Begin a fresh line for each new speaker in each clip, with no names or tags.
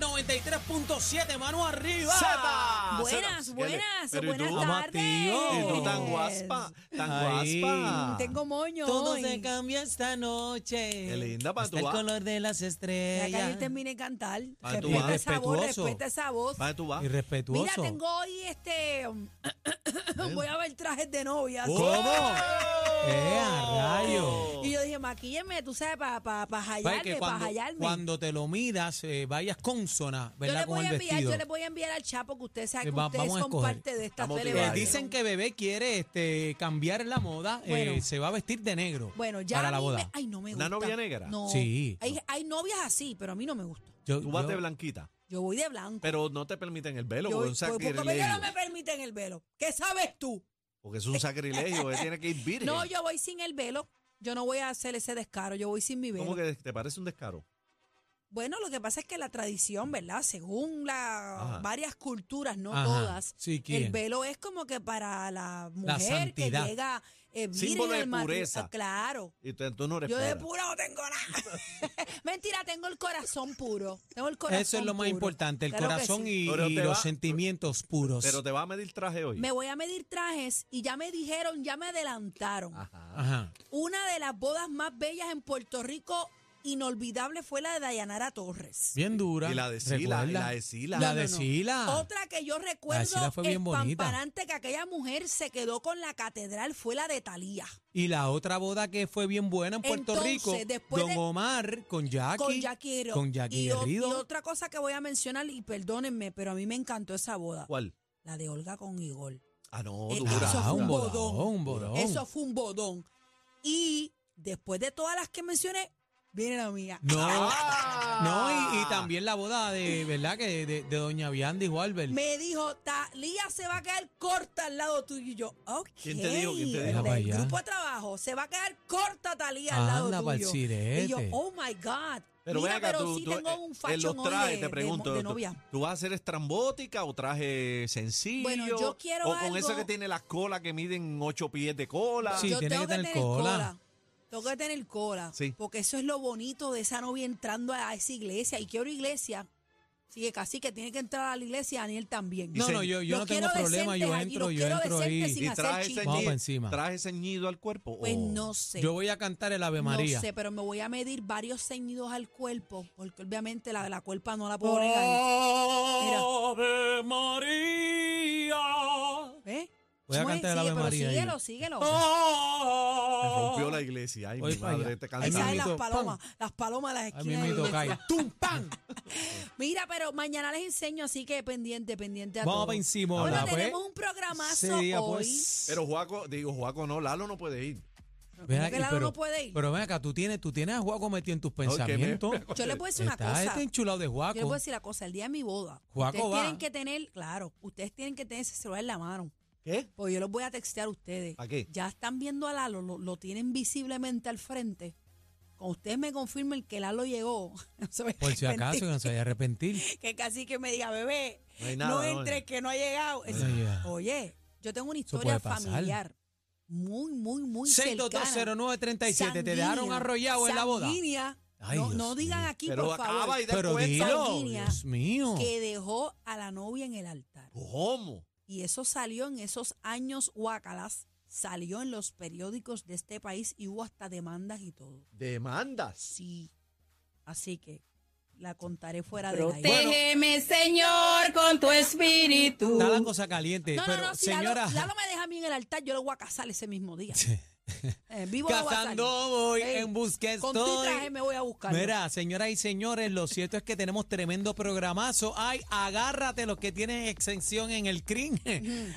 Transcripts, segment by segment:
93.7, mano arriba.
Z.
Buenas,
Zeta.
buenas,
Pero ¿y tú?
buenas
Vamos, tío.
tardes. Mm,
Y tú tan guaspa, tan
Ay.
guaspa.
Tengo moño
Todo
hoy.
se cambia esta noche. Qué
linda, pa'
Está
tu
el
va.
color de las
Ya que ayer
estrellas.
terminé de cantar.
Ah, tú vas.
respeta esa voz,
Respetuoso.
respeta esa voz.
¿Para tú vas?
Irrespetuoso.
Mira, tengo hoy este... voy a ver trajes de novia.
¿Cómo?
¡Oh!
¡Eh, a rayo!
Y yo dije, maquílleme, tú sabes, para pa, pa
Para
hallarme,
Pues que
para
cuando,
hallarme.
cuando te lo miras, eh, vayas consona,
yo
¿verdad?
le
Con
voy
el
a enviar,
vestido.
yo le voy a enviar al Chapo que usted sabe
Eh,
que
va-
ustedes
vamos a
son
escoger.
parte de esta
Está motivado.
Eh,
celebración.
dicen que bebé quiere este, cambiar la moda, eh,
Bueno.
se va a vestir de negro
Bueno, ya
para
a
la
mí me-
boda.
ay, no me gusta.
¿Una novia negra?
No.
Sí.
Hay, hay novias así, pero a mí no me gusta.
Yo-
Tú vas
yo-
de blanquita,
Yo voy de blanco.
pero no te permiten el velo,
Yo-
porque es un
por- porque ellos
sacrilegio.
no me permiten el velo. ¿Qué sabes tú?
Porque es un sacrilegio, él tiene que ir virgen.
No, yo voy sin el velo. Yo no voy a hacer ese descaro. Yo voy sin mi velo.
¿Cómo que te parece un descaro?
Bueno, lo que pasa es que la tradición, ¿verdad? Según la
Ajá.
varias culturas, no
Ajá.
todas,
Sí,
el
¿quién?
velo es como que para la mujer que
santidad.
llega eh, virgen
Símbolo de
al matri-
pureza.
ah, Claro.
Y tú, tú no eres
Yo de
pura.
puro no tengo nada. Mentira, tengo el corazón puro. Tengo el corazón
Eso es lo más
puro.
importante, el
Claro que
corazón
sí.
y,
Pero
y
te
los
va-
sentimientos puros.
Pero te vas a medir traje hoy.
Me voy a medir trajes y ya me dijeron, ya me adelantaron.
Ajá.
Ajá.
Una de las bodas más bellas en Puerto Rico, inolvidable, fue la de Dayanara Torres.
Bien dura.
Y la de Sila, y
recuerda.
la de Sila.
La
No, no,
de
no.
Sila.
Otra que yo
Sila
recuerdo
fue bien bonita.
espamparante que aquella mujer se quedó con la catedral fue la de Talía.
Y la otra boda que fue bien buena en Puerto
Entonces,
Rico.
después
Don
de-
Omar con Jackie.
con Jackie Herro.
Con Jackie
y, o- y
Herrido.
otra cosa que voy a mencionar, y perdónenme, pero a mí me encantó esa boda,
¿Cuál?
la de Olga con Igor.
Ah, no,
Eh,
dura.
eso fue
un
un
dura.
bodón,
bodón.
un bodón.
Eso fue un bodón. Y después de todas las que mencioné, viene la mía.
No,
Ah.
no y, y también la boda de, ¿verdad? Que de, de Doña Vianda y Walbert.
Me dijo, Talía se va a quedar corta al lado tuyo. Y yo, ok.
¿Quién te dijo? ¿Quién te dijo?
Mira para
Del
allá.
grupo de trabajo, se va a quedar corta Talía
Anda
al lado
pa'l
tuyo.
sirete.
Y yo, oh my God.
Pero
Mira,
ven acá,
pero
tú,
sí
tú,
tengo
eh,
un
en
fashion
los
hoy
trajes,
de,
te
de
pregunto,
mo- de
¿tú-
novia.
¿tú vas a hacer estrambótica o traje sencillo?
Bueno, yo quiero
O con
algo-
esa que tiene las colas que miden ocho pies de cola.
Sí,
yo
tiene
tengo
que tener cola.
cola. Tengo que tener cola.
Sí.
Porque eso es lo bonito de esa novia entrando a esa iglesia. Y quiero iglesia. Así que casi que tiene que entrar a la iglesia, Daniel también.
No,
Dice-
no, yo, yo
Los
no tengo
quiero
problema. Yo
decentes allí,
entro,
los
yo
quiero
entro
decentes
ahí.
sin
¿Y
hacer
traje
chistes.
ceñido,
Vamos pa' encima.
traje ceñido al cuerpo?
Pues
o-
no sé.
Yo voy a cantar el Ave María.
No sé, pero me voy a medir varios ceñidos al cuerpo, porque obviamente la, la culpa no la puedo
Oh.
regalar.
Ave María.
¿Eh?
Voy a
Muy-
cantar el Ave
pero
María ahí.
Síguelo, síguelo.
Oh,
Me rompió la iglesia. Ay,
Voy
mi
pa' allá.
madre, te
Ahí
Esa es
cantando.
mismito,
las palomas,
pam.
las palomas de las
Ahí
esquinas. de la
mismito
iglesia.
cae. ¡Tum, pam!
Mira, pero mañana les enseño, así que pendiente, pendiente a
Vamos
todo.
pa' encima,
Bueno,
hola, pues.
tenemos un programazo
Ese día,
hoy.
pues.
Pero Juaco, digo, Juaco no, Lalo no puede ir.
Ven
¿Cómo
aquí,
que Lalo
pero,
no puede ir?
Pero ven acá, tú tienes, tú tienes a Juaco metido en tus
que me-
pensamientos.
Yo les voy a decir una
Está
cosa.
este enchulado de
Yo les
Juaco.
voy a decir la cosa. El día de mi boda,
Juaco
ustedes
va.
tienen que tener, claro, ustedes tienen que tener ese celular en la mano.
¿Qué?
Pues yo los voy a textear a ustedes.
¿A qué?
Ya están viendo a Lalo, lo, lo tienen visiblemente al frente. Cuando ustedes me confirmen que Lalo llegó, no se vaya a
Por si acaso,
arrepentir,
que no se vaya a arrepentir.
que casi que me diga, bebé,
No hay
no,
nada.
entre que no ha llegado. Es-
llegado.
Oye, yo tengo una
Eso
historia
puede pasar.
familiar muy, muy, muy cercana.
6220937, te dejaron arrollado en la boda.
Sanguínea.
Ay,
no,
Dios
no digan
mío.
aquí,
Pero
por favor,
acaba y da
Pero
cuenta.
dilo,
sanguínea
Dios mío.
que dejó a la novia en el altar.
¿Cómo?
Y eso salió en esos años huácalas, salió en los periódicos de este país y hubo hasta demandas y todo.
Demandas.
Sí. Así que la contaré fuera de aire.
Protégeme, Señor, con tu espíritu.
Está la cosa caliente,
No,
pero
no, no, si
señora...
Lalo, Lalo me deja a mí en el altar, yo lo voy a casar ese mismo día. Eh, vivo no voy a salir.
Cazando voy,
Ey,
en busca
Con tu
estoy.
traje me voy a buscar.
Mira, señoras y señores, lo cierto es que tenemos tremendo programazo. Ay, agárrate los que tienen exención en el CRIN.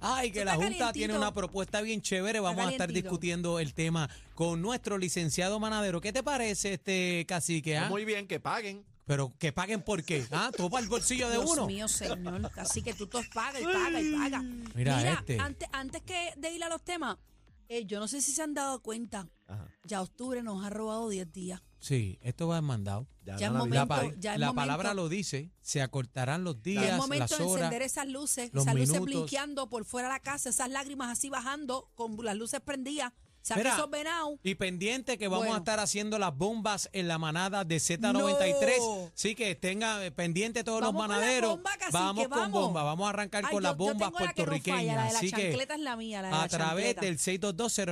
Ay, que
Está
la Junta
calientito.
tiene una propuesta bien chévere. Vamos a estar
calientito.
discutiendo el tema con nuestro licenciado Manadero. ¿Qué te parece, este cacique? ah?
Muy bien, que paguen.
Pero que paguen por qué. ¿Ah? Todo para el bolsillo de
Dios
uno.
mío, señor. Así que tú todos pagas y pagas y pagas.
Mira este.
antes, antes que de ir a los temas, eh, yo no sé si se han dado cuenta,
Ajá.
ya octubre nos ha robado 10 días.
Sí, esto va en mandado.
Ya es
la
La,
momento-
pa-
ya es
la
momento.
palabra lo dice, se acortarán los
Ya es
días, las
momento de
horas.
encender esas luces,
los
esas luces
minutos.
blinqueando por fuera de la casa, esas lágrimas así bajando, con las luces prendidas. Saca
Mira,
esos venados.
Y pendiente que vamos
Bueno.
a estar haciendo las bombas en la manada de Z93.
No.
Sí, que tenga eh, pendiente todos
Vamos
los
con la
manaderos.
bomba, cacique,
vamos con
vamos.
bomba, vamos a arrancar
Ay,
con
yo-
las
yo
bombas
tengo la que no falla,
puertorriqueñas.
la de la
Así
chancleta es la mía, la de
a
la
través
chancleta.
del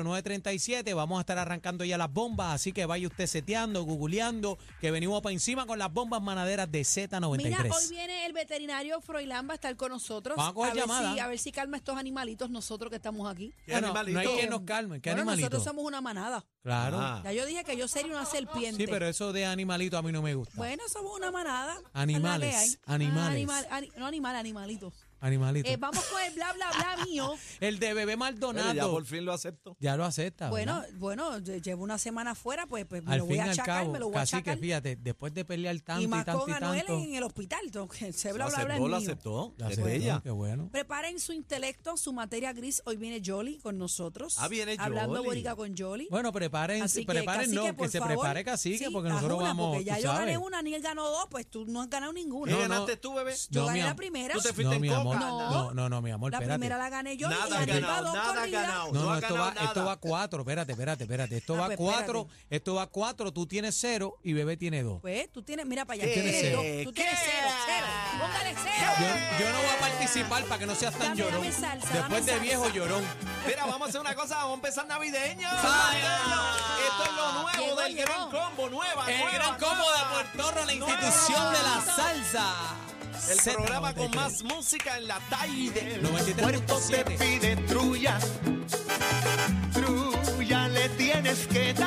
6220937 vamos a estar arrancando ya las bombas, así que vaya usted seteando, googleando, que venimos para encima con las bombas manaderas de Z93.
Mira, hoy viene el veterinario Froilán, va a estar con nosotros.
Vamos a coger
ver
llamada.
si, a ver si calma estos animalitos, nosotros que estamos aquí.
¿Qué
Bueno,
animalito?
no hay quien nos calme, ¿qué
Bueno,
animalito?
nosotros somos una manada.
Claro.
Ah.
Ya yo dije que yo sería una serpiente.
Sí, pero eso de animalito a mí no me gusta.
Bueno, somos una manada.
Animales,
Es la que hay. Ah,
animales.
animal- ani- no animal, animalitos.
Animalito.
Eh, vamos con el bla, bla, bla mío.
El de bebé
Bueno, ya
Maldonado.
por fin lo acepto.
Ya lo acepta.
Bueno,
Ah, ¿verdad?
bueno, lle- llevo una semana afuera, pues, pues me
al
lo voy
fin y
a
al
achacar,
cabo,
me lo voy a
casi que
achacar.
fíjate, después de pelear tanto
y
y,
más
tanto
con
y
Anuel
tanto.
en el hospital. entonces, Ese bla,
Lo
bla, bla.
aceptó,
es
lo
mío.
aceptó.
La
Es
aceptó,
de ella.
Qué bueno.
Preparen su intelecto, su materia gris. Hoy viene Jolly con nosotros.
Ah, viene
Hablando
Yoli.
borica con Jolly.
Bueno, preparen,
Así que,
preparen, no,
cacique,
que
por
se
favor.
prepare cacique,
Sí,
porque
haz
nosotros
una,
vamos.
Porque ya
tú
yo
sabes.
gané una, ni él ganó dos, pues tú no has ganado ninguna.
¿Qué
No, no.
ganaste tú, bebé?
Yo
No,
gané
mi
la
am-
primera.
Tú te fuiste
No,
en
mi
coca.
amor.
No.
No, no, no, mi amor,
La
espérate.
primera la gané yo.
Nada
y
has
arriba
ganado,
dos
nada has
corridas.
ganado.
No,
No
no,
ha
esto va,
ganado nada.
esto va a cuatro, espérate, espérate, espérate. Esto
Ah,
va a
pues,
cuatro, esto va a cuatro, tú tienes cero y bebé tiene dos.
Pues tú tienes, mira para allá,
¿Qué?
tú tienes dos. Tú
¿Qué?
tienes cero, cero. Póngale
Yo,
cero.
yo no voy a participar para que no seas tan
Dame,
llorón.
dame salsa, dame
Después de
salsa.
viejo llorón.
Mira, vamos a hacer una cosa, vamos a empezar navideño.
¡Vaya!
Esto es lo nuevo
Llegó,
del
llegó.
Gran Combo, nueva,
El
nueva,
gran combo
nueva.
de Puerto Rico, la
Nueva.
institución de la salsa.
El
Z93.
programa con más música en la tarde.
93.7.
Puerto te pide trulla, trulla le tienes que dar.